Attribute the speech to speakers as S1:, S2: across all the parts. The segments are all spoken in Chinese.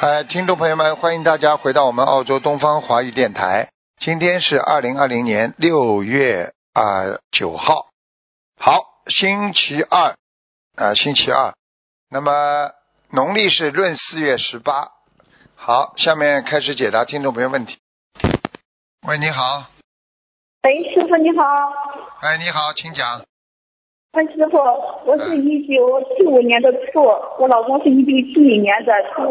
S1: 嗨，哎听众朋友们，欢迎大家回到我们澳洲东方华语电台。今天是二零二零年六月啊九、号，好，星期二，啊、星期二。那么农历是闰四月十八。好，下面开始解答听众朋友问题。喂，你好，
S2: 喂，师傅你好，
S1: 哎，你好，请讲。
S2: 哎，师傅，我是
S1: 嗯
S2: 一九七五年的兔，我老公是一九七一年的猪，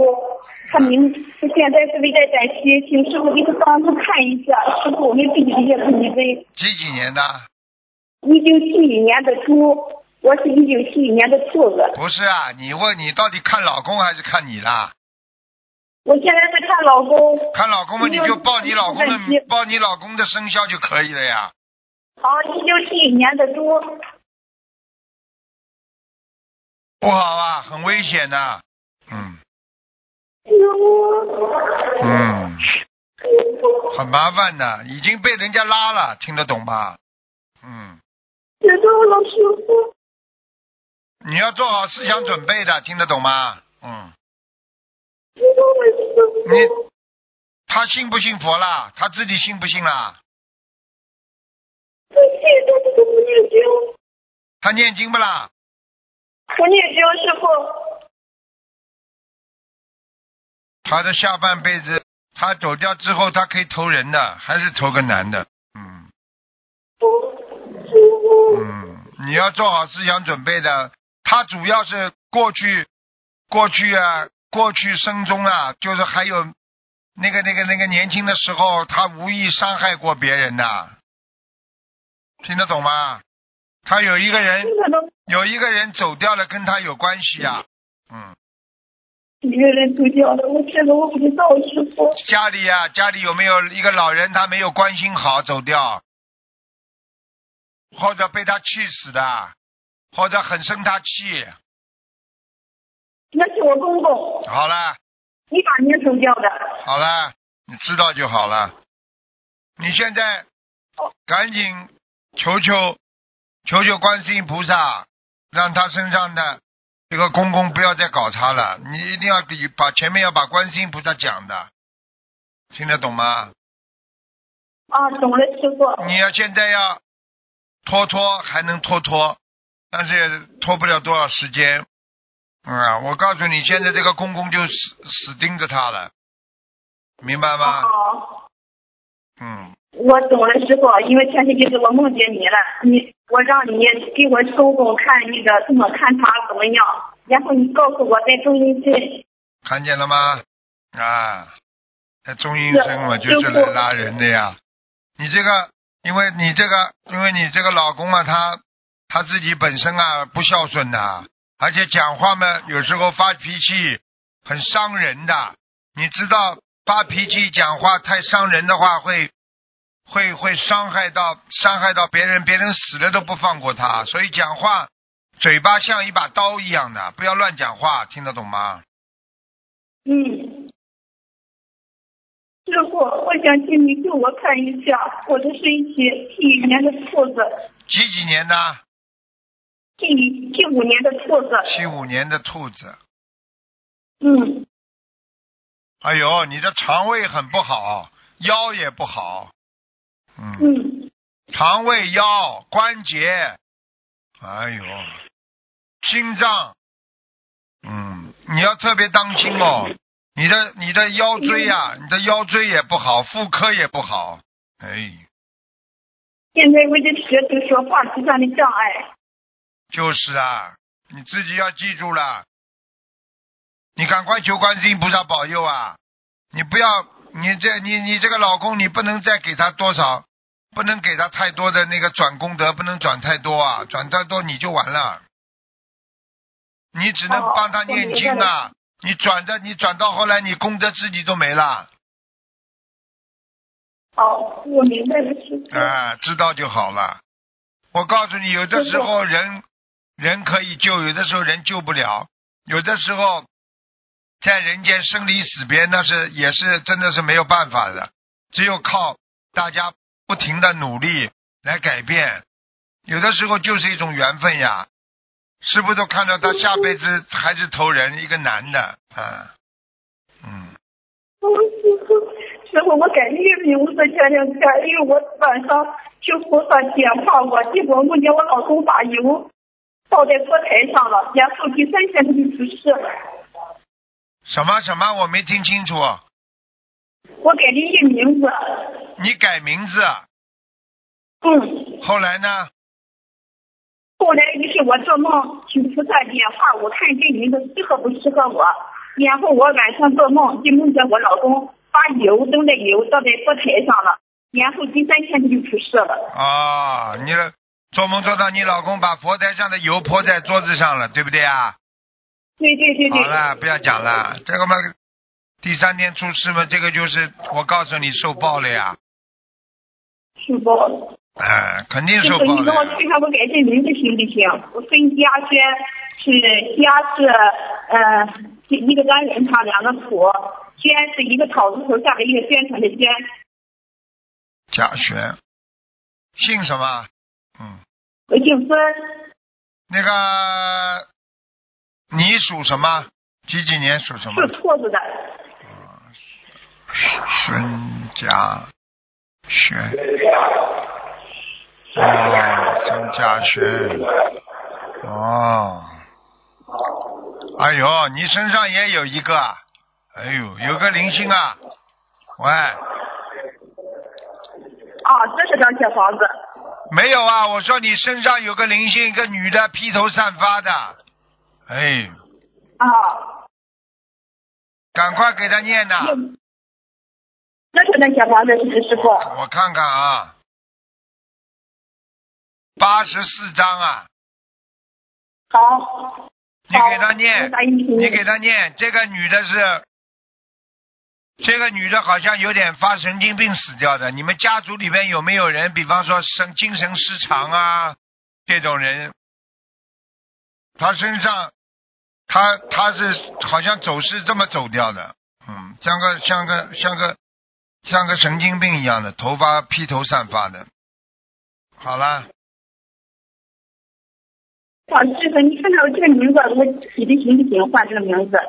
S2: 他
S1: 嗯
S2: 名他现在是危在陕西，请师傅给他帮助看一下，师傅我们自己的业主你们
S1: 几几年的？
S2: 一九七一年的猪，我是一九七一年的兔子，
S1: 不是啊，你问你到底看老公还是看你啦？
S2: 我现在在看老公，
S1: 看老公嘛，你
S2: 没有
S1: 就报你老公
S2: 没有问题
S1: 的报你老公的生肖就可以了呀。
S2: 好，啊一九七一年的猪，
S1: 不好啊，很危险的、嗯嗯，很麻烦的，已经被人家拉了，听得懂吗？嗯，
S2: 知道了师傅，
S1: 你要做好思想准备的，听得懂吗？嗯，
S2: 知道了师
S1: 你他信不信佛啦？他自己信不信啦？
S2: 不信他这个不念经，
S1: 他念经不啦？
S2: 不念经师傅。
S1: 他的下半辈子，他走掉之后，他可以投人的，还是投个男的？嗯。嗯，你要做好思想准备的。他主要是过去，过去啊，过去生中啊，就是还有那个那个那个年轻的时候，他无意伤害过别人呐、听得懂吗？他有一个人，有一个人走掉了，跟他有关系啊。嗯，
S2: 一个人走掉了，我这个我不知道，师傅。
S1: 家里啊，家里有没有一个老人他没有关心好走掉，或者被他气死的，或者很生他气，
S2: 那是我公公，
S1: 好了。
S2: 一八年走掉的。
S1: 好了，你知道就好了。你现在赶紧求求求求观世音菩萨，让他身上的这个公公不要再搞他了。你一定要给把前面要把观世音菩萨讲的，听得懂吗？
S2: 啊，懂了，师傅。
S1: 你要现在要拖拖还能拖拖，但是也拖不了多少时间。嗯啊，我告诉你，现在这个公公就死死盯着他了，明白吗？
S2: 啊好，
S1: 嗯。
S2: 我懂了，师傅。因为前些日子我梦见你了，你我让你给我公公看那个怎么看他怎么样，然后你告诉我在中阴身。
S1: 看见了吗？啊，那中医生嘛，就是来拉人的呀。你这个，因为你这个，因为你这个老公啊，他他自己本身啊不孝顺呐、而且讲话嘛，有时候发脾气，很伤人的。你知道，发脾气、讲话太伤人的话，会会会伤害到伤害到别人，别人死了都不放过他。所以讲话嘴巴像一把刀一样的，不要乱讲话，听得懂吗？
S2: 嗯。师傅，我想请你给我看一下我的身体，七一年的兔子，
S1: 几几年的？
S2: 七一七五年的兔子，
S1: 七五年的兔子。
S2: 嗯，
S1: 哎呦，你的肠胃很不好，腰也不好，嗯，
S2: 嗯。
S1: 肠胃、腰、关节，哎呦，心脏，嗯，你要特别当心哦。你的你的腰椎呀、你的腰椎也不好，妇科也不好，哎，
S2: 现在我的舌头说话出现的障碍。
S1: 就是啊，你自己要记住了，你赶快求观世音菩萨保佑啊！你不要，你这你你这个老公，你不能再给他多少，不能给他太多的那个转功德，不能转太多啊，转太多你就完了。你只能
S2: 哦
S1: 帮他
S2: 我
S1: 念
S2: 明
S1: 经
S2: 白了
S1: 啊！你转的，你转到后来，你功德自己都没了
S2: 哦，我明白了，师 傅。
S1: 啊，知道就好了。我告诉你，有的时候人人可以救，有的时候人救不了，有的时候在人间生离死别，那是也是真的是没有办法的，只有靠大家不停的努力来改变。有的时候就是一种缘分呀。师傅都看到他下辈子还是投人，一个男的啊，嗯，
S3: 师傅，师傅，我感觉越明白这两天，因为我晚上听菩萨点化我，结果梦见我老公把油倒在锅台上了，然后第三天他就出事。
S1: 什么什么？我没听清楚。
S3: 我改的艺名字，
S1: 你改名字，
S3: 嗯，
S1: 后来呢？
S3: 后来就是我做梦，请菩萨点化我，看这名字适合不适合我。然后我晚上做梦，就梦见我老公把油扔的油倒在锅台上了，然后第三天他就出事了。
S1: 啊、你做梦做到你老公把佛台上的油泼在桌子上了，对不对啊？
S3: 对对对对
S1: 好，了，不要讲了，这个嘛，第三天出事嘛，这个就是我告诉你受报了呀，
S3: 是不？
S1: 哎、肯定
S3: 师
S1: 受
S3: 傅，
S1: 报
S3: 你给我
S1: 了呀。
S3: 看看我改这名字行不行？我分家轩是家是呃一个单人旁两个土，轩是一个草字头下面一个宣传的宣，
S1: 贾璇，姓什么？嗯，
S3: 我姓孙，
S1: 那个，你属什么？几几年属什么
S3: 是？兔子的。
S1: 孙家轩。哦，孙家轩。哦。哎呦，你身上也有一个啊！哎呦，有个灵性啊！喂，
S3: 啊，这是张小房子。
S1: 没有啊？我说你身上有个灵性，一个女的，披头散发的。哎，
S3: 啊，
S1: 赶快给她念呐！
S3: 嗯这是张小房子，是师傅。
S1: 我看看啊，八十四章啊，
S3: 好。
S1: 你给她
S3: 好
S1: 念
S3: 菩萨，一听
S1: 你给她念。这个女的是，这个女的好像有点发神经病死掉的。你们家族里面有没有人，比方说神精神失常啊这种人？她身上，她她是好像走势这么走掉的，嗯，像个像个像个像个神经病一样的，头发披头散发的。好了。
S3: 啊，师傅，你看看我这个名字，我起的行不行？换这个名字。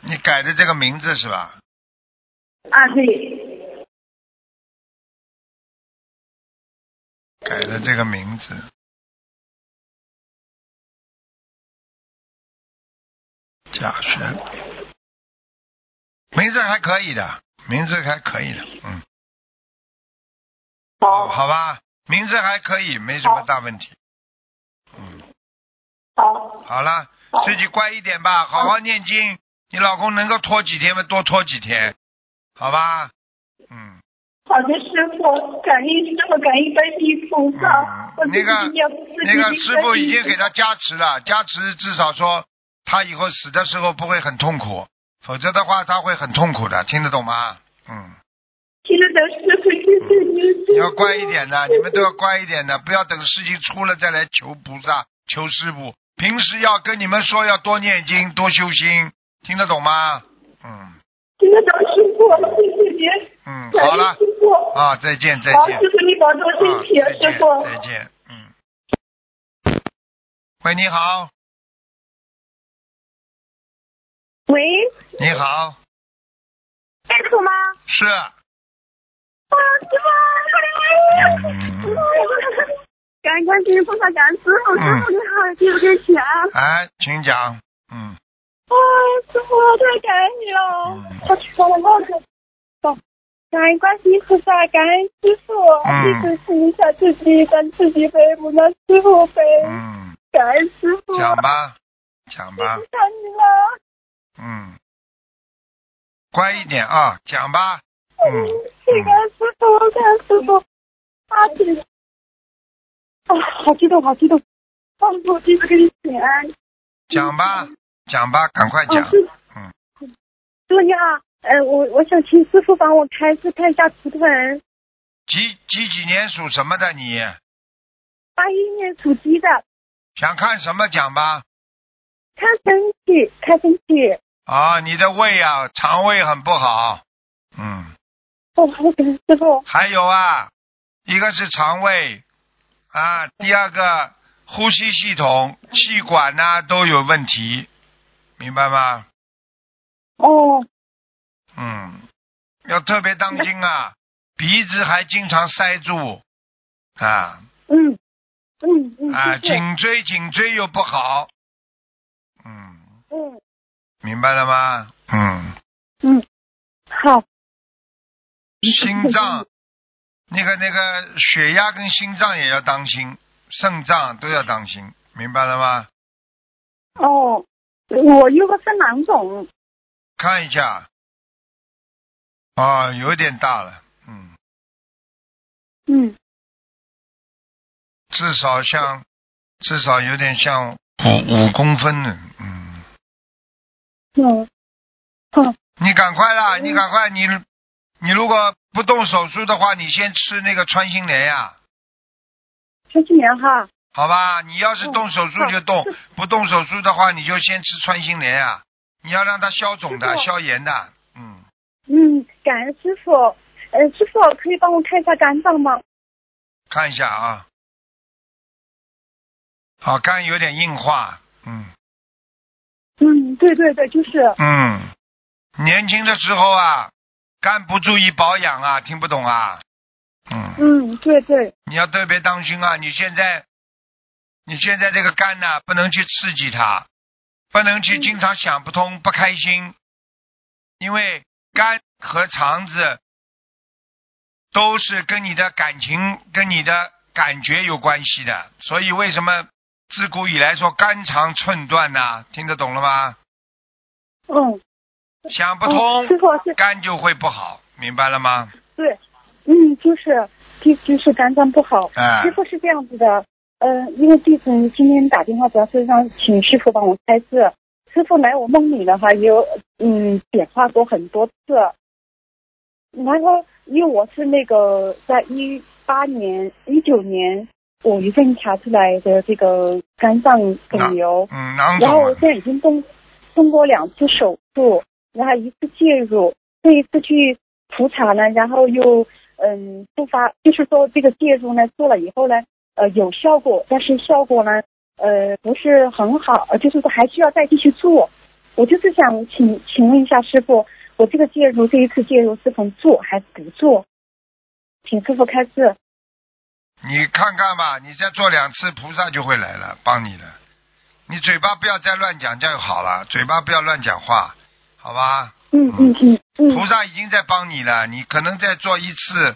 S1: 你改的这个名字是吧？
S3: 啊，对。
S1: 改的这个名字。贾轩，名字还可以的，名字还可以的，嗯，
S3: 好。
S1: 好吧，名字还可以，没什么大问题。嗯，
S3: 好。
S1: 好了，
S3: 好
S1: 自己乖一点吧，好好念经。你老公能够拖几天吗？多拖几天，好吧？嗯，
S3: 好的，师傅，感恩师傅，感恩观世音菩萨
S1: 嗯。
S3: 我自己
S1: 那个
S3: 也不自己
S1: 那个师傅已经给
S3: 他。
S1: 他加持了，加持至少说他以后死的时候不会很痛苦，否则的话他会很痛苦的，听得懂吗？嗯，
S3: 听得懂师傅，谢谢您。
S1: 你要乖一点的，你们都要乖一点的，不要等事情出了再来求菩萨、求师傅。平时要跟你们说要多念经、多修心，听得懂吗？嗯
S3: 听得懂师傅，谢谢您。
S1: 嗯，
S3: 感
S1: 好
S3: 恩
S1: 了
S3: 师傅。
S1: 啊，再见再
S3: 好，
S1: 见
S3: 师。傅你保重身体，
S1: 啊，再
S3: 师
S1: 见
S3: 傅。
S1: 再见，嗯。喂，你好，
S2: 喂，
S1: 你好，
S2: 师傅吗？
S1: 是，
S2: 啊，师傅，快
S1: 嗯
S2: 点，来！感恩观世音菩萨，感恩师傅，师傅你好，对不对不起啊！
S1: 哎，请讲，嗯，
S2: 啊，师傅，我太感恩你了！我去我的帽子。走感恩观世音菩萨，感恩师傅，
S1: 嗯
S2: 弟子试一下自己，但自己背，不能师傅背。
S1: 嗯，
S2: 感恩师傅，
S1: 讲吧，讲吧
S2: 弟，子看你了。
S1: 嗯，乖一点啊，讲吧，嗯
S2: 这个师傅，这个师傅，啊，这个啊，好激动，好激动！啊，我第一次给你请安，
S1: 讲吧，讲吧，赶快
S2: 啊，
S1: 讲，
S2: 师
S1: 嗯，
S2: 傅你好，呃，我我想请师傅帮我开示看一下图腾，
S1: 几几几年属什么的你？
S2: 八一年属鸡的，
S1: 想看什么讲吧？
S2: 看身体，看身体。
S1: 啊，你的胃啊，肠胃很不好，嗯，
S2: 哦，好感恩师傅，
S1: 还有啊，一个是肠胃啊，第二个呼吸系统、气管啊呐、都有问题，明白吗？
S2: 哦，
S1: 嗯，要特别当心啊，鼻子还经常塞住啊
S2: 嗯嗯嗯，
S1: 啊，
S2: 谢谢
S1: 颈椎颈椎又不好，嗯，
S2: 嗯
S1: 明白了吗？嗯，
S2: 嗯，好，
S1: 心脏那个那个血压跟心脏也要当心，肾脏都要当心，明白了吗？
S2: 哦，我有个生囊肿，
S1: 看一下，啊，有点大了，嗯，
S2: 嗯
S1: 至少像，至少有点像五五公分了，嗯，
S2: 嗯，哦
S1: 你赶快啦，你赶快，你你如果不动手术的话，你先吃那个穿心莲呀、
S2: 穿心莲哈，
S1: 好吧？你要是动手术就动
S2: 嗯是，
S1: 不动手术的话，你就先吃穿心莲呀、你要让它消肿的、
S2: 师傅
S1: 消炎的，嗯，
S2: 嗯，感恩师傅，呃，师傅可以帮我看一下肝脏吗？
S1: 看一下啊，好，肝有点硬化，嗯。
S2: 嗯，对对对，就是，
S1: 嗯，年轻的时候啊，肝不注意保养啊，听不懂啊。嗯，
S2: 嗯，对对，
S1: 你要特别当心啊！你现在，你现在这个肝呐，不能去刺激它，不能去经常想不通、不开心，因为肝和肠子都是跟你的感情、跟你的感觉有关系的。所以为什么自古以来说肝肠寸断呐、听得懂了吗？
S2: 嗯，
S1: 想不
S2: 哦
S1: 通，
S2: 师傅是
S1: 肝就会不好，明白了吗？
S2: 对，嗯，就是，就就是肝脏不好。
S1: 哎
S2: 师傅是这样子的，呃，因为弟子今天打电话主要是让请师傅帮我开示。师傅来我梦里的话，也有嗯点化过很多次。然后，因为我是那个在一八年、一九年五月份查出来的这个肝脏肿瘤，
S1: 嗯，囊
S2: 然后
S1: 肿
S2: 我
S1: 啊
S2: 现，在已经动动过两次手术，然后一次介入，这一次去普查呢，然后又嗯不发，就是说这个介入呢做了以后呢，呃有效果，但是效果呢呃不是很好，呃就是说还需要再继续做。我就是想请请问一下师傅，我这个介入这一次介入是否做还是不做？请师傅开示。
S1: 你看看吧，你再做两次，菩萨就会来了，帮你了。你嘴巴不要再乱讲就好了，嘴巴不要乱讲话，好吧？
S2: 嗯嗯嗯
S1: 菩
S2: 嗯
S1: 萨已经在帮你了，你可能再做一次，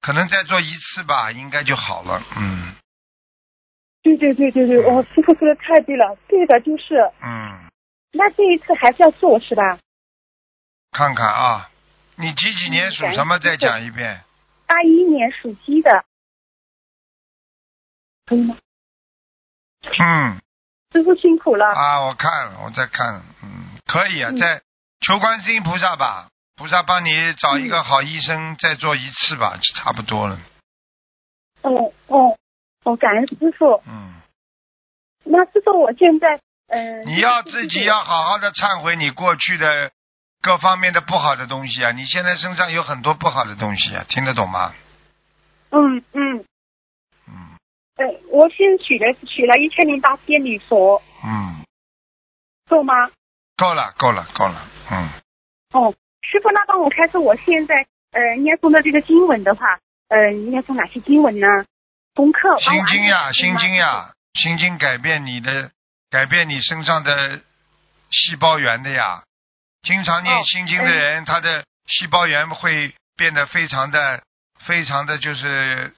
S1: 可能再做一次吧，应该就好了。嗯
S2: 对对对对对，哦，师傅说的太对了，对的就是。
S1: 嗯，
S2: 那这一次还是要做是吧？
S1: 看看啊，你几几年属什么？再讲一遍。
S2: 八一年属鸡的，可以吗？
S1: 嗯。
S2: 师傅辛苦了。
S1: 啊，我看了，我在看了，嗯，可以啊，
S2: 嗯
S1: 再求观世音菩萨吧，菩萨帮你找一
S2: 嗯
S1: 个好医生，再做一次吧，就差不多了，
S2: 哦哦哦，感恩师傅。
S1: 嗯，
S2: 那师傅，我现在嗯、呃
S1: 你要自己要好好的忏悔你过去的各方面的不好的东西啊，你现在身上有很多不好的东西啊，听得懂吗？
S2: 嗯嗯
S1: 嗯
S2: 呃，我先取了取了一千零八遍礼佛，
S1: 嗯，
S2: 够吗？
S1: 够了够了够了，嗯，
S2: 哦，师傅，那帮我开始，我现在呃念诵的这个经文的话，呃念诵哪些经文呢？功课。帮我
S1: 心
S2: 安
S1: 经呀
S2: 排一下
S1: 心经呀，心经改变你的改变你身上的细胞源的呀。经常念
S2: 哦
S1: 心经的人，他的细胞源会变得非常的、非常的，就是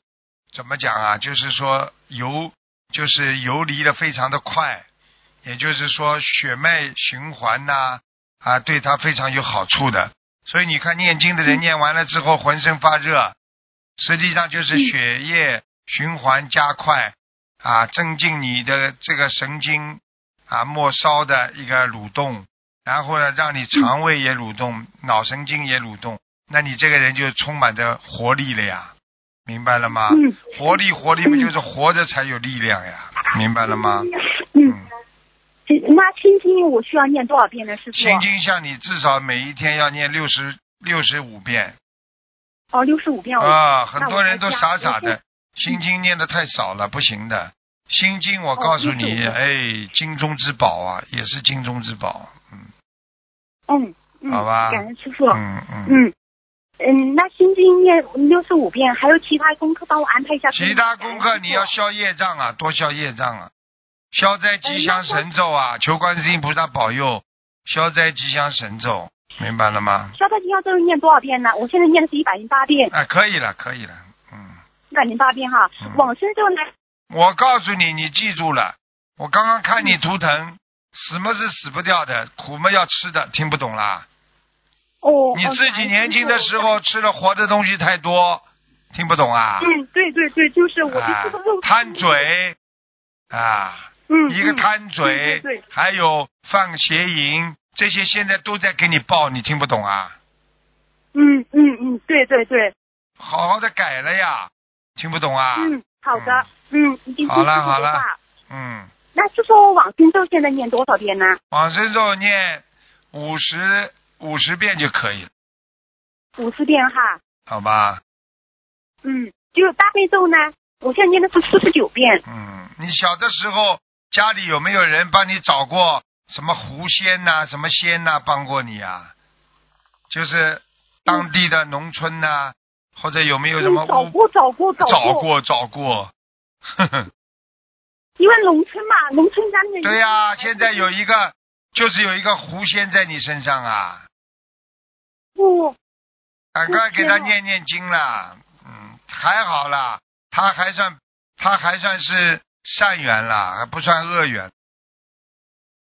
S1: 怎么讲啊？就是说游，就是游离的非常的快，也就是说血脉循环呐、啊，对他非常有好处的。所以你看念经的
S2: 嗯
S1: 人念完了之后浑身发热，实际上就是血液循环加快啊，增进你的这个神经啊末梢的一个蠕动，然后呢让你肠胃也蠕动，脑神经也蠕动，那你这个人就充满着活力了呀，明白了吗？
S2: 嗯
S1: 活力活力不就是活着才有力量呀，明白了吗？
S2: 嗯，那心经我需要念多少遍呢，师傅？
S1: 心经像你至少每一天要念六十六十五遍
S2: 哦，六十五遍我
S1: 啊，
S2: 那
S1: 很
S2: 我
S1: 多人
S2: 再
S1: 都
S2: 加
S1: 傻傻
S2: 我
S1: 的，心经念的太少了，不行的。心经
S2: 哦
S1: 我告诉
S2: 六
S1: 你，
S2: 十五哦
S1: 哎，金中之宝啊，也是金中之宝。嗯，
S2: 嗯，嗯，
S1: 好吧
S2: 感恩师傅。
S1: 嗯嗯。
S2: 嗯嗯，那心经念六十五遍，还有其他功课帮我安排一下。
S1: 其他功课你要消业障啊，多消业障啊，消灾吉祥神咒啊，求观世音菩萨保佑，消灾吉祥神咒，明白了吗？
S2: 消灾吉祥咒念多少遍呢？我现在念的是一百零八遍，
S1: 啊，可以了，可以了，嗯。
S2: 一百零八遍哈
S1: 嗯。
S2: 往生咒呢？
S1: 我告诉你，你记住了。我刚刚看
S2: 嗯
S1: 你图腾，什么是死不掉的，苦嘛要吃的，听不懂啦？
S2: 哦，
S1: 你
S2: 哦
S1: 自己年轻的时。候吃了活的东西太多，听不懂啊
S2: 感？恩师父嗯，对对对，就是我
S1: 啊
S2: 就是这个肉，
S1: 贪，嘴啊，
S2: 嗯，
S1: 一个
S2: 嗯
S1: 贪
S2: 对
S1: 嘴
S2: 对对，
S1: 还有放邪淫，这些现在都在给你报，你听不懂啊？
S2: 嗯嗯嗯，对对对，
S1: 好好的改了呀，听不懂啊？
S2: 嗯，好的，嗯，已经
S1: 好了
S2: 听师父
S1: 好了
S2: 的话。
S1: 嗯，
S2: 那师傅往生咒现在念多少遍呢？
S1: 往生咒念五十五十遍就可以了，
S2: 五十遍哈。
S1: 好吧？
S2: 嗯，就是大悲咒呢，我现在念的是四十九遍。
S1: 嗯，你小的时候家里有没有人帮你找过什么狐仙呐、什么仙呐、帮过你啊？就是当地的农村呐、或者有没有什么
S2: 嗯找
S1: 巫
S2: 过找过找过，
S1: 找过找过？ 呵呵
S2: 因为农村嘛，农村家里面
S1: 对呀、现在有一个就是有一个狐仙在你身上啊，
S2: 不
S1: 赶快给他
S2: 狐仙哦
S1: 念念经啦。嗯，还好啦，他还算他还算是善缘啦，还不算恶缘。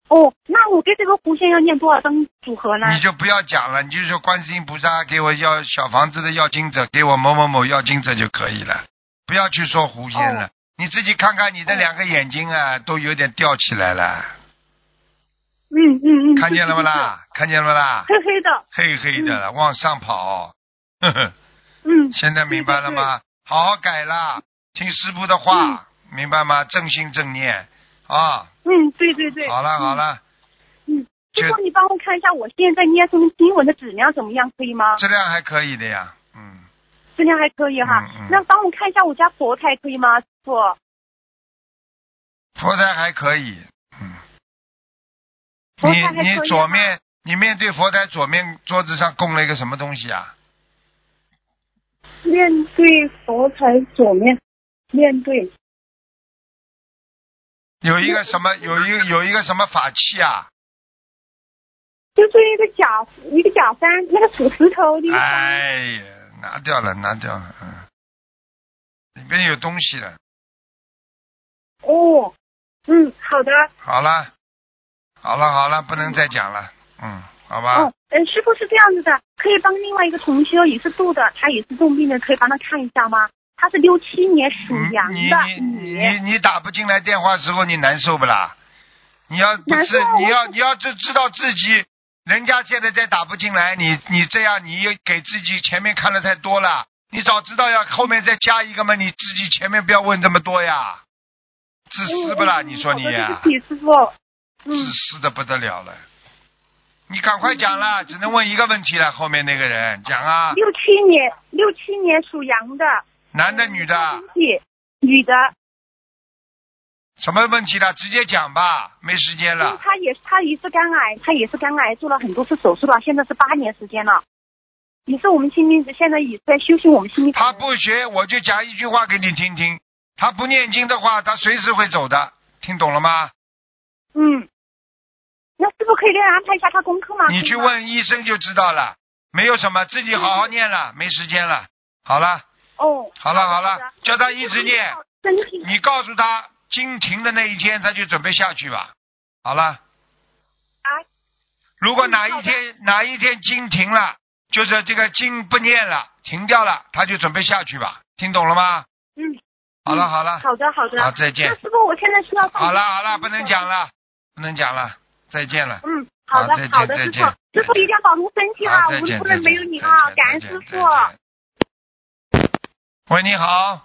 S2: 哦，那我给这个弧线要念多少张组合呢？
S1: 你就不要讲了，你就说观世音菩萨给我要小房子的要经者，给我某某某要经者就可以了，不要去说狐仙
S2: 哦
S1: 了。你自己看看你的两个眼睛啊，都有点吊起来了，
S2: 嗯嗯嗯，
S1: 看见了吗
S2: 是？
S1: 啦？看见了吗啦？
S2: 是是黑黑的，
S1: 黑黑的了，往上跑。 呵呵，
S2: 嗯
S1: 现在明白了吗？好好改啦，听师傅的话，明白吗？正心正念啊。
S2: 嗯，对对对。
S1: 好了好
S2: 嗯。
S1: 了，就
S2: 师傅，你帮我看一下我现在念诵经文的质量怎么样，可以吗？
S1: 质量还可以的呀，嗯。
S2: 质量还可以哈。
S1: 嗯嗯
S2: 那帮我看一下我家佛台可以吗，师傅？
S1: 佛台还可以，嗯。
S2: 佛台还可
S1: 你
S2: 以啊
S1: 你左
S2: 吗
S1: 面，你面对佛台左面桌子上供了一个什么东西啊？
S3: 面对佛台左面，面对
S1: 有一个什么？有一个有一个什么法器啊？
S3: 就是一个假一个假山，那个土石头的一个山
S1: 哎呀，拿掉了，拿掉了，嗯。里边有东西了，
S2: 哦，嗯，好的。
S1: 好了，好了，好了，不能再讲了，嗯，好吧，
S2: 哦，嗯，师傅是这样子的，可以帮另外一个同修也是度的，他也是重病的，可以帮他看一下吗？他是六七年属
S1: 嗯
S2: 羊
S1: 你
S2: 的
S1: 你你你打不进来电话时候，你难受不啦？你要不
S2: 难
S1: 是
S2: 受啊
S1: 你
S2: 我
S1: 要你要知知道自己，人家现在再打不进来，你你这样你又给自己前面看的太多了。你早知道要后面再加一个嘛，你自己前面不要问这么多呀，自私不啦？
S2: 嗯
S1: 你说你呀、
S2: 好的对不起，师傅。
S1: 自
S2: 嗯，
S1: 私的不得了了。你赶快讲啦，只能问一个问题了。后面那个人讲啊，
S2: 六七年，六七年属羊的，
S1: 男的女的，
S2: 对，女的，
S1: 什么问题了？直接讲吧，没时间
S2: 嗯
S1: 了。
S2: 她也是她也是肝癌，她也是肝癌，做了很多次手术了，现在是八年时间了，也是我们心灵，现在也在修行我们心灵。
S1: 他不学，我就讲一句话给你听听。他不念经的话，他随时会走的，听懂了
S2: 啊
S1: 吗？
S2: 嗯，那师傅可以给他安排一下他功课吗？
S1: 你去问医生就知道了，没有什么，自己好好念
S2: 嗯
S1: 了，没时间了。好了，
S2: 哦，
S1: 好了，好
S2: 的
S1: 了，叫他一直念。。
S2: 身体
S1: 你告诉他，经停的那一天，他就准备下去吧。好了，
S2: 啊，
S1: 如果哪一
S2: 嗯
S1: 天哪一天经停了，就是这个经不念了，停掉了，他就准备下去吧。听懂了吗？
S2: 嗯，
S1: 好了，好了，
S2: 好的好的。
S1: 好再见
S2: 那师傅，我现在需要放
S1: 好了好了，不能讲。了，不能讲了，再见了。
S2: 嗯，好的
S1: 好再见
S2: 好的，
S1: 再
S2: 师傅
S1: 见，
S2: 师傅一定要保重身体啊！
S1: 好，
S2: 我
S1: 再
S2: 们
S1: 见，
S2: 不
S1: 再
S2: 能
S1: 见，
S2: 没有你啊！
S1: 再见
S2: 感恩
S1: 再
S2: 师
S1: 见
S2: 傅。
S1: 再见喂，你好。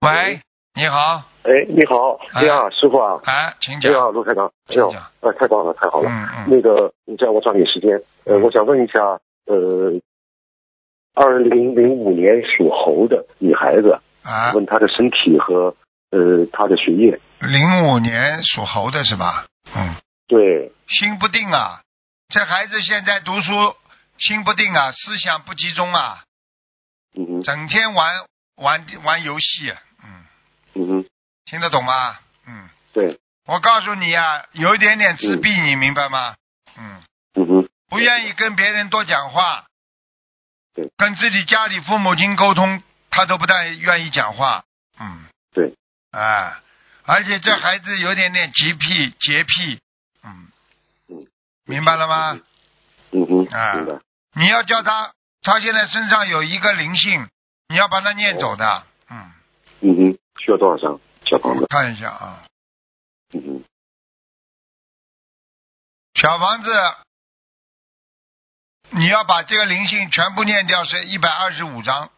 S1: 喂，你好，
S4: 哎，你好，哎呀，师傅啊，
S1: 哎，请
S4: 哎
S1: 讲。
S4: 呀，卢台长，哎呀
S1: 请讲，
S4: 呃，太棒了，太好了。
S1: 嗯嗯，
S4: 那个，你这样我抓紧时间，呃，我想问一下，呃，二零零五年属猴的女孩子，
S1: 啊，
S4: 问她的身体和呃她的学业。
S1: 零五年属猴的是吧？嗯，
S4: 对，
S1: 心不定啊，这孩子现在读书心不定啊，思想不集中啊，
S4: 嗯哼，
S1: 整天玩玩玩游戏，嗯，
S4: 嗯哼，
S1: 听得懂吗？嗯，
S4: 对，
S1: 我告诉你啊，有一点点自闭，你明白吗？嗯，
S4: 嗯哼，
S1: 不愿意跟别人多讲话
S4: 对，
S1: 跟自己家里父母亲沟通，他都不太愿意讲话，嗯，
S4: 对，
S1: 啊，而且这孩子有点点洁癖，洁癖，嗯，
S4: 嗯，
S1: 明白了吗？
S4: 嗯哼，
S1: 啊
S4: 明白。
S1: 你要叫他，他现在身上有一个灵性，你要把它念走
S4: 哦
S1: 的。嗯，
S4: 嗯哼，需要多少张小房
S1: 我
S4: 子？
S1: 看一下啊，
S4: 嗯哼，
S1: 小房子，你要把这个灵性全部念掉，是一百二十五章，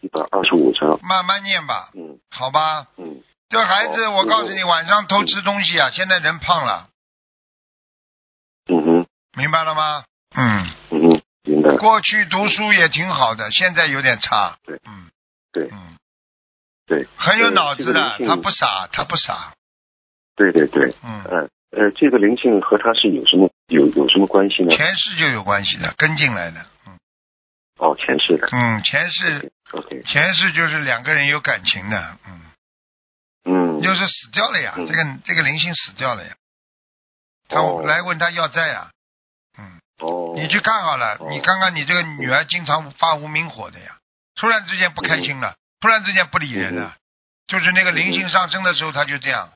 S4: 一百二十五张。
S1: 慢慢念吧，
S4: 嗯
S1: 好吧？
S4: 嗯，
S1: 这孩子，
S4: 好
S1: 我告诉你，晚上偷吃东西啊，现在人胖了，
S4: 嗯哼，
S1: 明白了吗？嗯，
S4: 嗯哼，明白了。
S1: 过去读书也挺好的，现在有点差。
S4: 对，
S1: 嗯，
S4: 对
S1: 嗯，
S4: 对，
S1: 很有脑子的
S4: 呃这个灵，性
S1: 他不傻，他不傻。
S4: 对对对，
S1: 嗯，
S4: 嗯呃，这个灵性和他是有什么有有什么关系呢？
S1: 前世就有关系的，跟进来的。嗯。
S4: 哦，前世的。
S1: 嗯，前世
S4: OK，
S1: 前世就是两个人有感情的，嗯，
S4: 嗯，
S1: 就是死掉了呀，
S4: 嗯
S1: 这个这个灵性死掉了呀，他
S4: 哦
S1: 来问他要债呀，嗯，
S4: 哦，
S1: 你去看好了，
S4: 哦
S1: 你看看你这个女儿经常发无名火的呀，突然之间不开心了，
S4: 嗯
S1: 突然之间不理人了，就是那个灵性上升的时候，他就这样，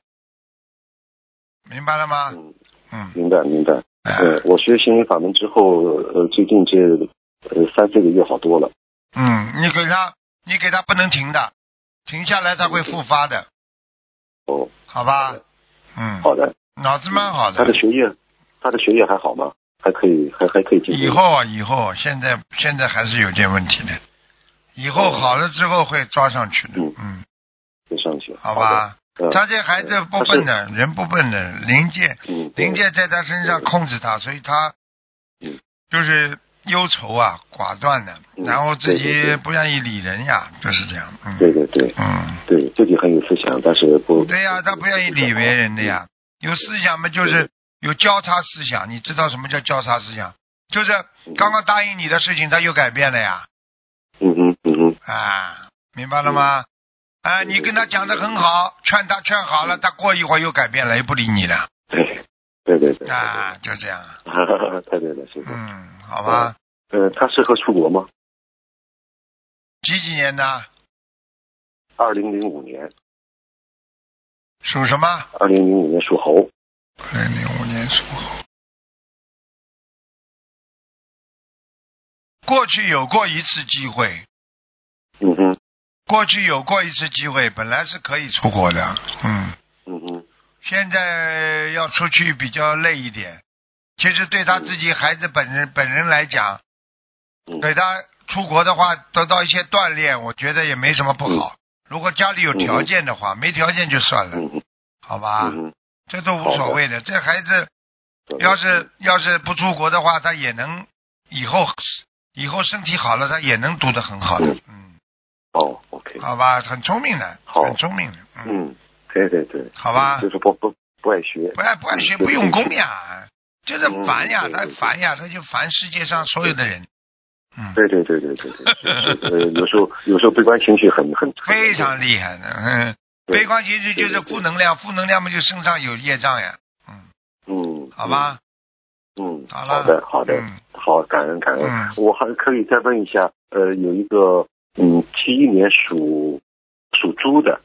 S1: 明白了吗？
S4: 嗯，
S1: 嗯，
S4: 明白明白。
S1: 哎
S4: 呃，我学心灵法门之后，呃，最近这呃三四个月好多了。
S1: 嗯，你给他，你给他不能停的，停下来他会复发的，
S4: 哦，
S1: 好吧
S4: 好的？
S1: 嗯，
S4: 好的。
S1: 脑子蛮好
S4: 他的学业，他的学业还好吗？还可以，还还可以进行。
S1: 以后啊，以后现在现在还是有点问题的，以后好了之后会抓上去的。
S4: 哦嗯
S1: 嗯，
S4: 就上去，
S1: 好吧。
S4: 好的。
S1: 他这孩子不笨的，人不笨的，灵界
S4: 嗯，嗯，
S1: 灵
S4: 对
S1: 界在他身上控制他，所以他
S4: 嗯
S1: 就是忧愁啊、寡断的，
S4: 嗯
S1: 然后自
S4: 对对
S1: 己
S4: 对
S1: 不愿意理人呀，就是这样。嗯
S4: 对对对
S1: 嗯，
S4: 对，自己很有思想，但是不
S1: 对呀，他不愿意理别人的呀。有思想嘛，就
S4: 嗯对
S1: 是有交叉思想。你知道什么叫交叉思想？就是
S4: 嗯
S1: 刚刚答应你的事情，他又改变了呀。
S4: 嗯哼嗯哼，
S1: 啊，明白了
S4: 嗯
S1: 吗？啊，你跟他讲的很好，劝他劝好
S4: 嗯
S1: 了，他过一会儿又改变了，又不理你了。
S4: 对对对对，
S1: 啊，就这样啊。
S4: 哈哈哈，太对了，师傅。
S1: 嗯，好吧。
S4: 呃，他适合出国吗？
S1: 几几年的？
S4: 二零零五年，
S1: 属什么？
S4: 二零零五年属猴，
S1: 二零零五年属猴。过去有过一次机会，
S4: 嗯哼
S1: 过去有过一次机会，本来是可以出国的，嗯，
S4: 嗯哼
S1: 现在要出去比较累一点。其实对他自己孩子本人本人来讲，
S4: 嗯，
S1: 给他出国的话，得到一些锻炼，我觉得也没什么不好。如果家里有条件的话，没条件就算了，
S4: 嗯哼
S1: 好吧？
S4: 嗯哼，
S1: 这都无所谓的。这孩子
S4: 对
S1: 要是要是不出国的话，他也能以后以后身体好了，他也能读得很好的。嗯，
S4: 哦，OK，
S1: 好吧，很聪明的，
S4: 好
S1: 很聪明的。嗯，
S4: 嗯，对对对，
S1: 好吧
S4: 就是不不不爱学
S1: 不，爱不爱学，
S4: 嗯对
S1: 不用功呀，就是烦呀，
S4: 嗯
S1: 他
S4: 对对
S1: 烦呀，他就烦世界上所有的人。嗯，
S4: 对对对对对对，是是呃，有时候有时候悲观情绪很很
S1: 非常厉害的。嗯。
S4: 对
S1: 悲观情绪就是
S4: 对对对
S1: 负能量，负能量嘛就身上有业障呀，
S4: 嗯，
S1: 好吧？
S4: 嗯，嗯，
S1: 好了
S4: 好的好的
S1: 嗯，
S4: 好，感恩感恩
S1: 嗯，
S4: 我还可以再问一下，呃，有一个嗯七一年属属猪的，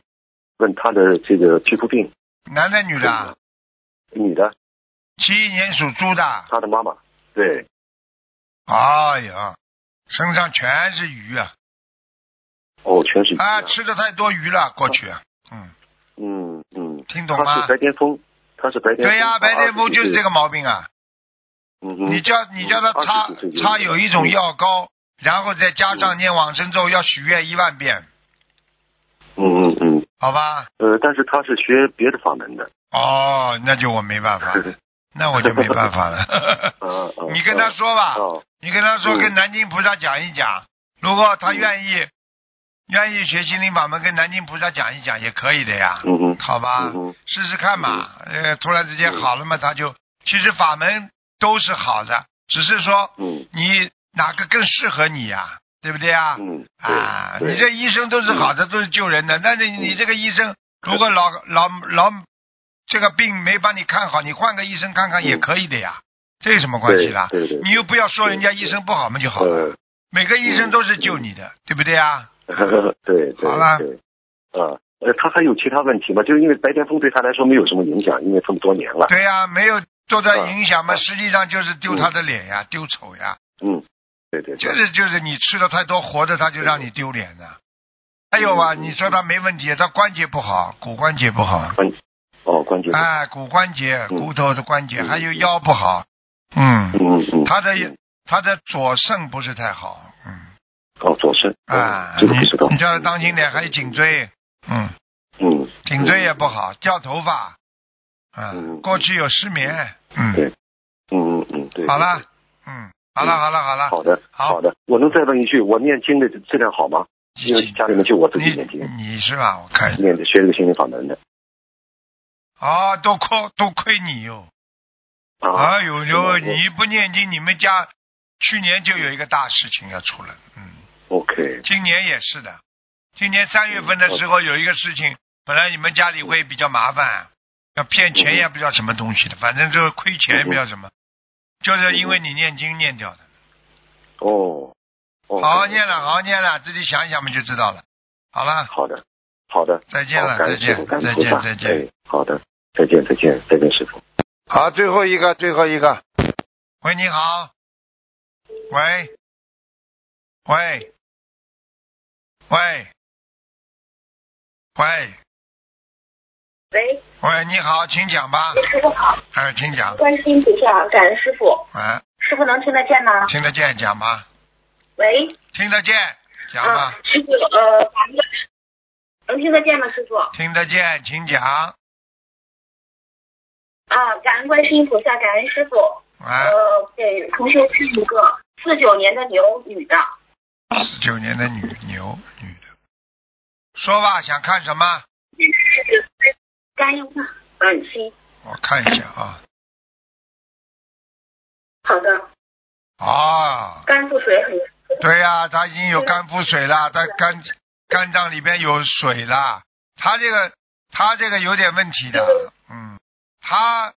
S4: 问他的这个皮肤病，
S1: 男的女的啊？
S4: 女的，
S1: 七一年属猪的，
S4: 她的妈妈，对，
S1: 哎呀，身上全是鱼啊！
S4: 哦，全是鱼
S1: 啊，吃的太多鱼了，过去，嗯，
S4: 嗯嗯，
S1: 听懂
S4: 她
S1: 吗
S4: 是白？癜风，她是白癜风，
S1: 对呀、白癜风就是这
S4: 个，
S1: 个毛病啊！
S4: 嗯哼
S1: 你叫你叫他
S4: 嗯
S1: 擦
S4: 二十几岁就有
S1: 擦有一
S4: 嗯
S1: 种药膏，然后再加上念往生咒，要许愿一万遍，
S4: 嗯嗯嗯，
S1: 好吧？
S4: 呃，但是她是学别的法门的，
S1: 哦，那就我没办法了，那我就没办法了。
S4: 啊啊，
S1: 你跟他说吧，
S4: 哦，
S1: 你跟他说
S4: 嗯
S1: 跟南京菩萨讲一讲，如果他愿意、愿意学心灵法门，跟南京菩萨讲一讲也可以的呀，
S4: 嗯哼，
S1: 好吧
S4: 嗯，哼，嗯
S1: 试试看嘛。呃，突然之间好了嘛，他就其实法门都是好的，只是说
S4: 嗯
S1: 你哪个更适合你呀、对不对啊？
S4: 嗯，
S1: 啊，
S4: 对嗯
S1: 你这医生都是好的，都是救人的。但是你这个医生，如果 老老老这个病没把你看好，你换个医生看看也可以的呀，这有什么关系啦？
S4: 嗯对对对
S1: 你又不要说人家医生不好嘛就好了。
S4: 呃
S1: 每个医生都是救你
S4: 嗯
S1: 的，对不对啊？
S4: 呃 对对
S1: 好啦
S4: 对，啊，呃，他还有其他问题吗？就是因为白癜风对他来说没有什么影响，因为这么多年了。
S1: 对呀、没有做到
S4: 嗯
S1: 影响嘛，
S4: 嗯
S1: 实际上就是丢他的脸呀，丢丑呀，
S4: 嗯，对对
S1: 就
S4: 对，
S1: 是就是你吃了太多活的，他就让你丢脸的。还有啊，
S4: 嗯嗯
S1: 你说他没问题，他关节不好，骨关节不好，
S4: 哦，关节，
S1: 哎，骨关节、
S4: 嗯
S1: 骨头的关节，
S4: 嗯
S1: 还有腰不好，嗯，
S4: 嗯嗯，
S1: 他的
S4: 嗯
S1: 他的左肾不是太好，嗯，
S4: 哦左肾
S1: 啊，
S4: 嗯这个不知道
S1: 你，你叫他当心点，还有颈椎，嗯，
S4: 嗯，
S1: 颈椎也不好，掉头发，嗯，
S4: 嗯
S1: 过去有失眠，嗯，
S4: 对嗯嗯嗯，对，
S1: 好了，嗯，好了，好了，好了，
S4: 好的，
S1: 好
S4: 好的，我能再问一句，我念经的质量好吗？因为家里面就我自己念
S1: 你
S4: 经，
S1: 你是吧？我看一下，
S4: 念的学这个心灵法门的
S1: 啊，都亏都亏你哟，
S4: 啊，
S1: 哎呦
S4: 我
S1: 呦，你不念经，你们家去年就有一个大事情要出了，嗯。
S4: ，OK，
S1: 今年也是的，今年三月份的时候有一个事情，本来你们家里会比较麻烦，要骗钱也不知道什么东西的，反正就是亏钱也不知道什么，就是因为你念经念掉的。
S4: 哦，哦
S1: 好好念了，好好念了，自己想一想嘛就知道了。好了，
S4: 好的，好的，
S1: 再见了，
S4: 好
S1: 再
S4: 感恩师
S1: 见
S4: 傅，感，恩
S1: 再
S4: 菩萨
S1: 见，再见。
S4: 哎好的，再见，再见，再见，师傅。
S1: 好，最后一个，最后一个。喂，你好。喂，喂，喂，喂，
S2: 喂，
S1: 喂，你好，请讲吧。
S2: 师傅好，
S1: 哎，请讲。
S2: 关心菩萨，感恩师傅，
S1: 啊，
S2: 师傅能听得见吗？
S1: 听得见讲吧，
S2: 喂，
S1: 听得见讲
S2: 啊
S1: 吧，，
S2: 师傅，呃，咱们能听得见吗，师傅？
S1: 听得见请讲
S2: 啊，感恩观世音菩萨，感恩师傅，
S1: 啊，
S2: 呃，给同学看一个四九年的牛女的，
S1: 十九年的女牛女的，说吧，想看什么？
S2: 肝硬化嗯晚期。
S1: 我看一下啊，
S2: 好的，
S1: 啊，
S2: 肝腹水很
S1: 对呀、她已经有肝腹水了，她肝
S2: 啊
S1: 肝脏里边有水了，她这个她这个有点问题 的，嗯，她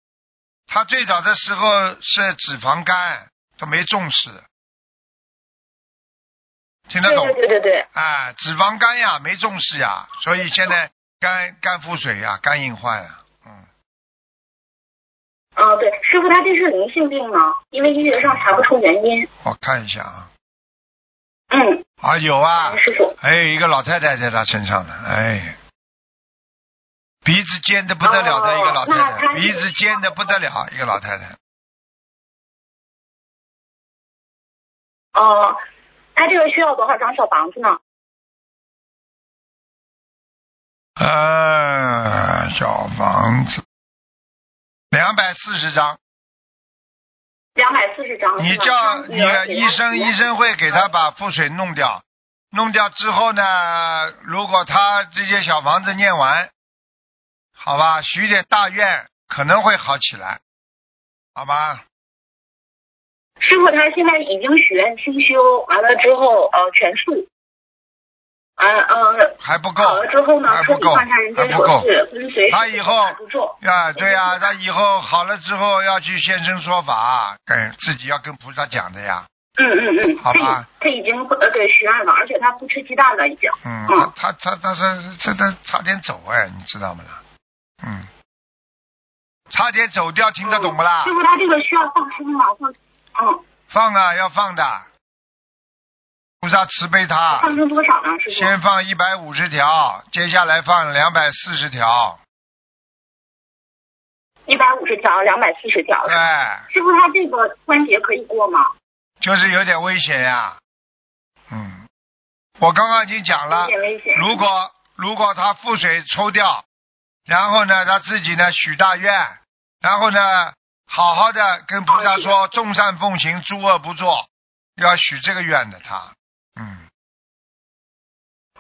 S1: 她最早的时候是脂肪肝，都没重视，听得
S2: 对
S1: 懂
S2: 对？对对对，
S1: 啊，脂肪肝呀，没重视呀，所以现在肝肝腹水呀，肝硬化呀，嗯，
S2: 啊对，师傅他这是灵性病吗？因为医学上查不出原因。
S1: 我看一下啊，
S2: 嗯，
S1: 啊有啊
S2: 感恩，师傅，
S1: 还有一个老太太在她身上呢，哎，鼻子尖的不得了的一个老太
S2: 哦
S1: 太，
S2: 那她
S1: 鼻子尖的不得了一个老太太，
S2: 哦，那这个需要多少张小房子呢？
S1: 呃，小房子，两百四十张，
S2: 两百四十张。
S1: 你
S2: 是吧
S1: 叫你
S2: 张女儿
S1: 医生，医生会给他把腹水弄掉，弄掉之后呢，如果他这些小房子念完，好吧，许点大愿，可能会好起来，好吧？
S2: 师傅他现在已经许愿清修完了之后，呃，全素。啊呃，
S1: 还不够
S2: 好了之后呢
S1: 还，
S2: 彻
S1: 不
S2: 底
S1: 够，
S2: 放下人
S1: 还
S2: 间
S1: 不够
S2: 琐。事，跟随
S1: 他以后
S2: 不咒。
S1: 啊，对呀、他以后好了之后要去现身说法，跟自己要跟菩萨讲的呀。
S2: 嗯嗯嗯，
S1: 好吧
S2: 他已他已经呃对许愿了，而且他不吃鸡蛋了，已经。
S1: 嗯，
S2: 嗯
S1: 他他他他他他他差点走哎，你知道吗啦？嗯，差点走掉，听得懂不啦？
S2: 师傅他这个需要放生吗？放嗯，
S1: 放啊，要放的。菩萨慈悲他，
S2: 放生多少呢？师傅？
S1: 啊先放一百五十条，接下来放两百四十条。
S2: 一百五十条，两百四十条。
S1: 哎，
S2: 师傅他这个关节可以过吗？
S1: 就是有点危险呀。嗯，我刚刚已经讲了
S2: 有，点危险。
S1: 如果如果他腹水抽掉，然后呢，他自己呢许大愿，然后呢，好好的跟菩萨说众善奉行，诸恶不作，要许这个愿的他。嗯。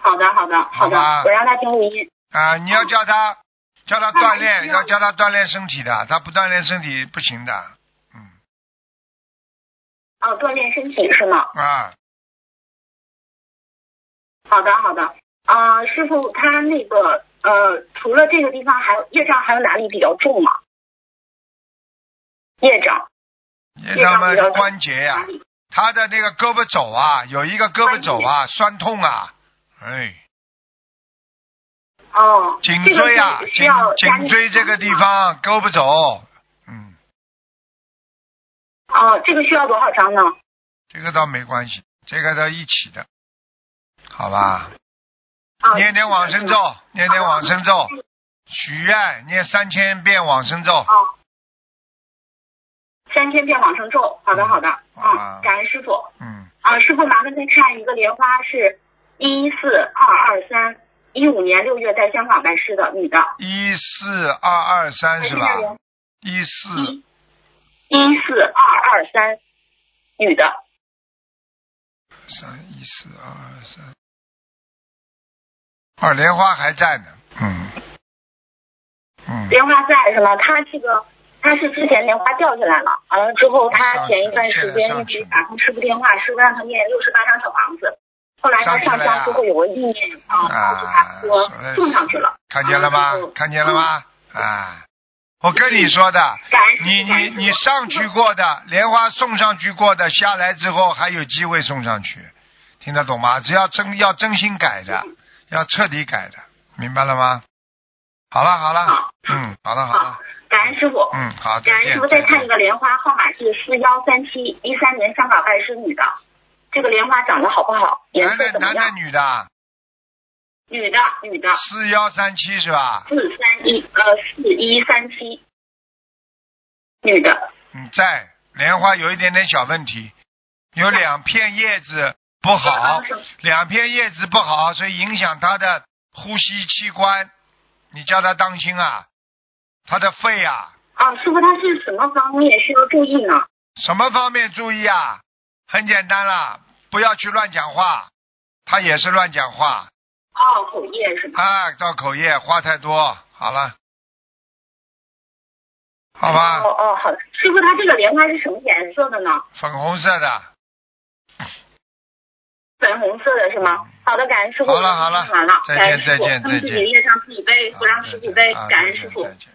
S2: 好的，好的，好的
S1: 好吧，
S2: 我让他听录音。
S1: 啊，你要叫他，叫他锻炼，
S2: 那还需
S1: 要
S2: 要
S1: 叫他锻炼身体的，他不锻炼身体不行的。嗯，
S2: 哦，锻炼身体是吗？
S1: 啊，
S2: 好的，好的。啊、师傅，他那个呃，除了这个地方，还有业障还有哪里比较重吗？业障
S1: 也
S2: 业障
S1: 他们
S2: 比较重
S1: 关节哎呀、
S2: 哪里？
S1: 他的那个胳膊肘啊，有一个胳膊肘啊酸痛啊，哎，
S2: 哦，
S1: 颈
S2: 这个
S1: 椎啊，
S2: 是需要
S1: 颈
S2: 加紧
S1: 颈椎这个地方胳膊肘，嗯，
S2: 哦，这个需要多少张呢？
S1: 这个倒没关系，这个倒一起的，好吧？
S2: 啊，
S1: 念点往生咒，念点往生咒
S2: 嗯，
S1: 许愿念三千遍往生咒，
S2: 哦，三千遍往生咒。好的，好的。
S1: 啊
S2: 嗯，感恩师傅。
S1: 嗯，
S2: 啊，师傅麻烦再看一个莲花是一四二二三，一五年六月在香港拜师的女的，
S1: 一四二二三是吧？一四
S2: 一一四二二三，女的。
S1: 三一四二二三，哦，莲花还在呢，嗯，嗯，
S2: 莲花在是吗？她这个她是之前莲花掉下来了，完了之后她前一段时间一直打通师傅电话，师傅让她念六十八张小房子。后来她上香之后有个意念啊，告诉她说种上去了。嗯
S1: 看见了吗
S2: 然后就？
S1: 看见了吗？啊，我跟你说的，
S2: 感恩师
S1: 你
S2: 父感
S1: 啊你
S2: 恩师父
S1: 你上去过的莲花送上去过的，下来之后还有机会送上去，听得懂吗？只要真要真心改的，
S2: 嗯
S1: 要彻底改的，明白了吗？好了好了
S2: 好，
S1: 嗯，好了好了
S2: 好，，啊感恩师傅。
S1: 嗯，好，再
S2: 感恩
S1: 见
S2: 师傅，再
S1: 再
S2: 看一
S1: 见。
S2: 个莲花，号码是四幺三七，一三年香港拜师女的。这个莲花长得好不好？颜
S1: 男
S2: 色
S1: 的
S2: 怎么
S1: 男的
S2: 样？
S1: 女的，
S2: 女的，女的，
S1: 四幺三七是吧？
S2: 四三一呃四一三七，女的。
S1: 嗯，在莲花有一点点小问题，有两片叶子不
S2: 嗯
S1: 好，两片叶子不好，所以影响他的呼吸器官，你叫他当心啊，他的肺啊，
S2: 啊，师傅，他是什么方面需要注意呢？
S1: 什么方面注意啊？很简单啦，不要去乱讲话，他也是乱讲话
S2: 哦，口业是吧？
S1: 啊，造口业，话太多，好了，好吧
S2: 哦，哦，好的。师傅，他这个莲花是什么颜色的呢？
S1: 粉红色的，
S2: 粉红色的是吗？好的，感恩师傅。
S1: 嗯好了好了
S2: 完了，
S1: 再
S2: 感
S1: 见
S2: 恩师傅
S1: 再见
S2: 他
S1: 再
S2: 们自
S1: 见
S2: 己的业障自己背，不让师傅背
S1: 啊。
S2: 感恩师傅。。
S1: 再见再见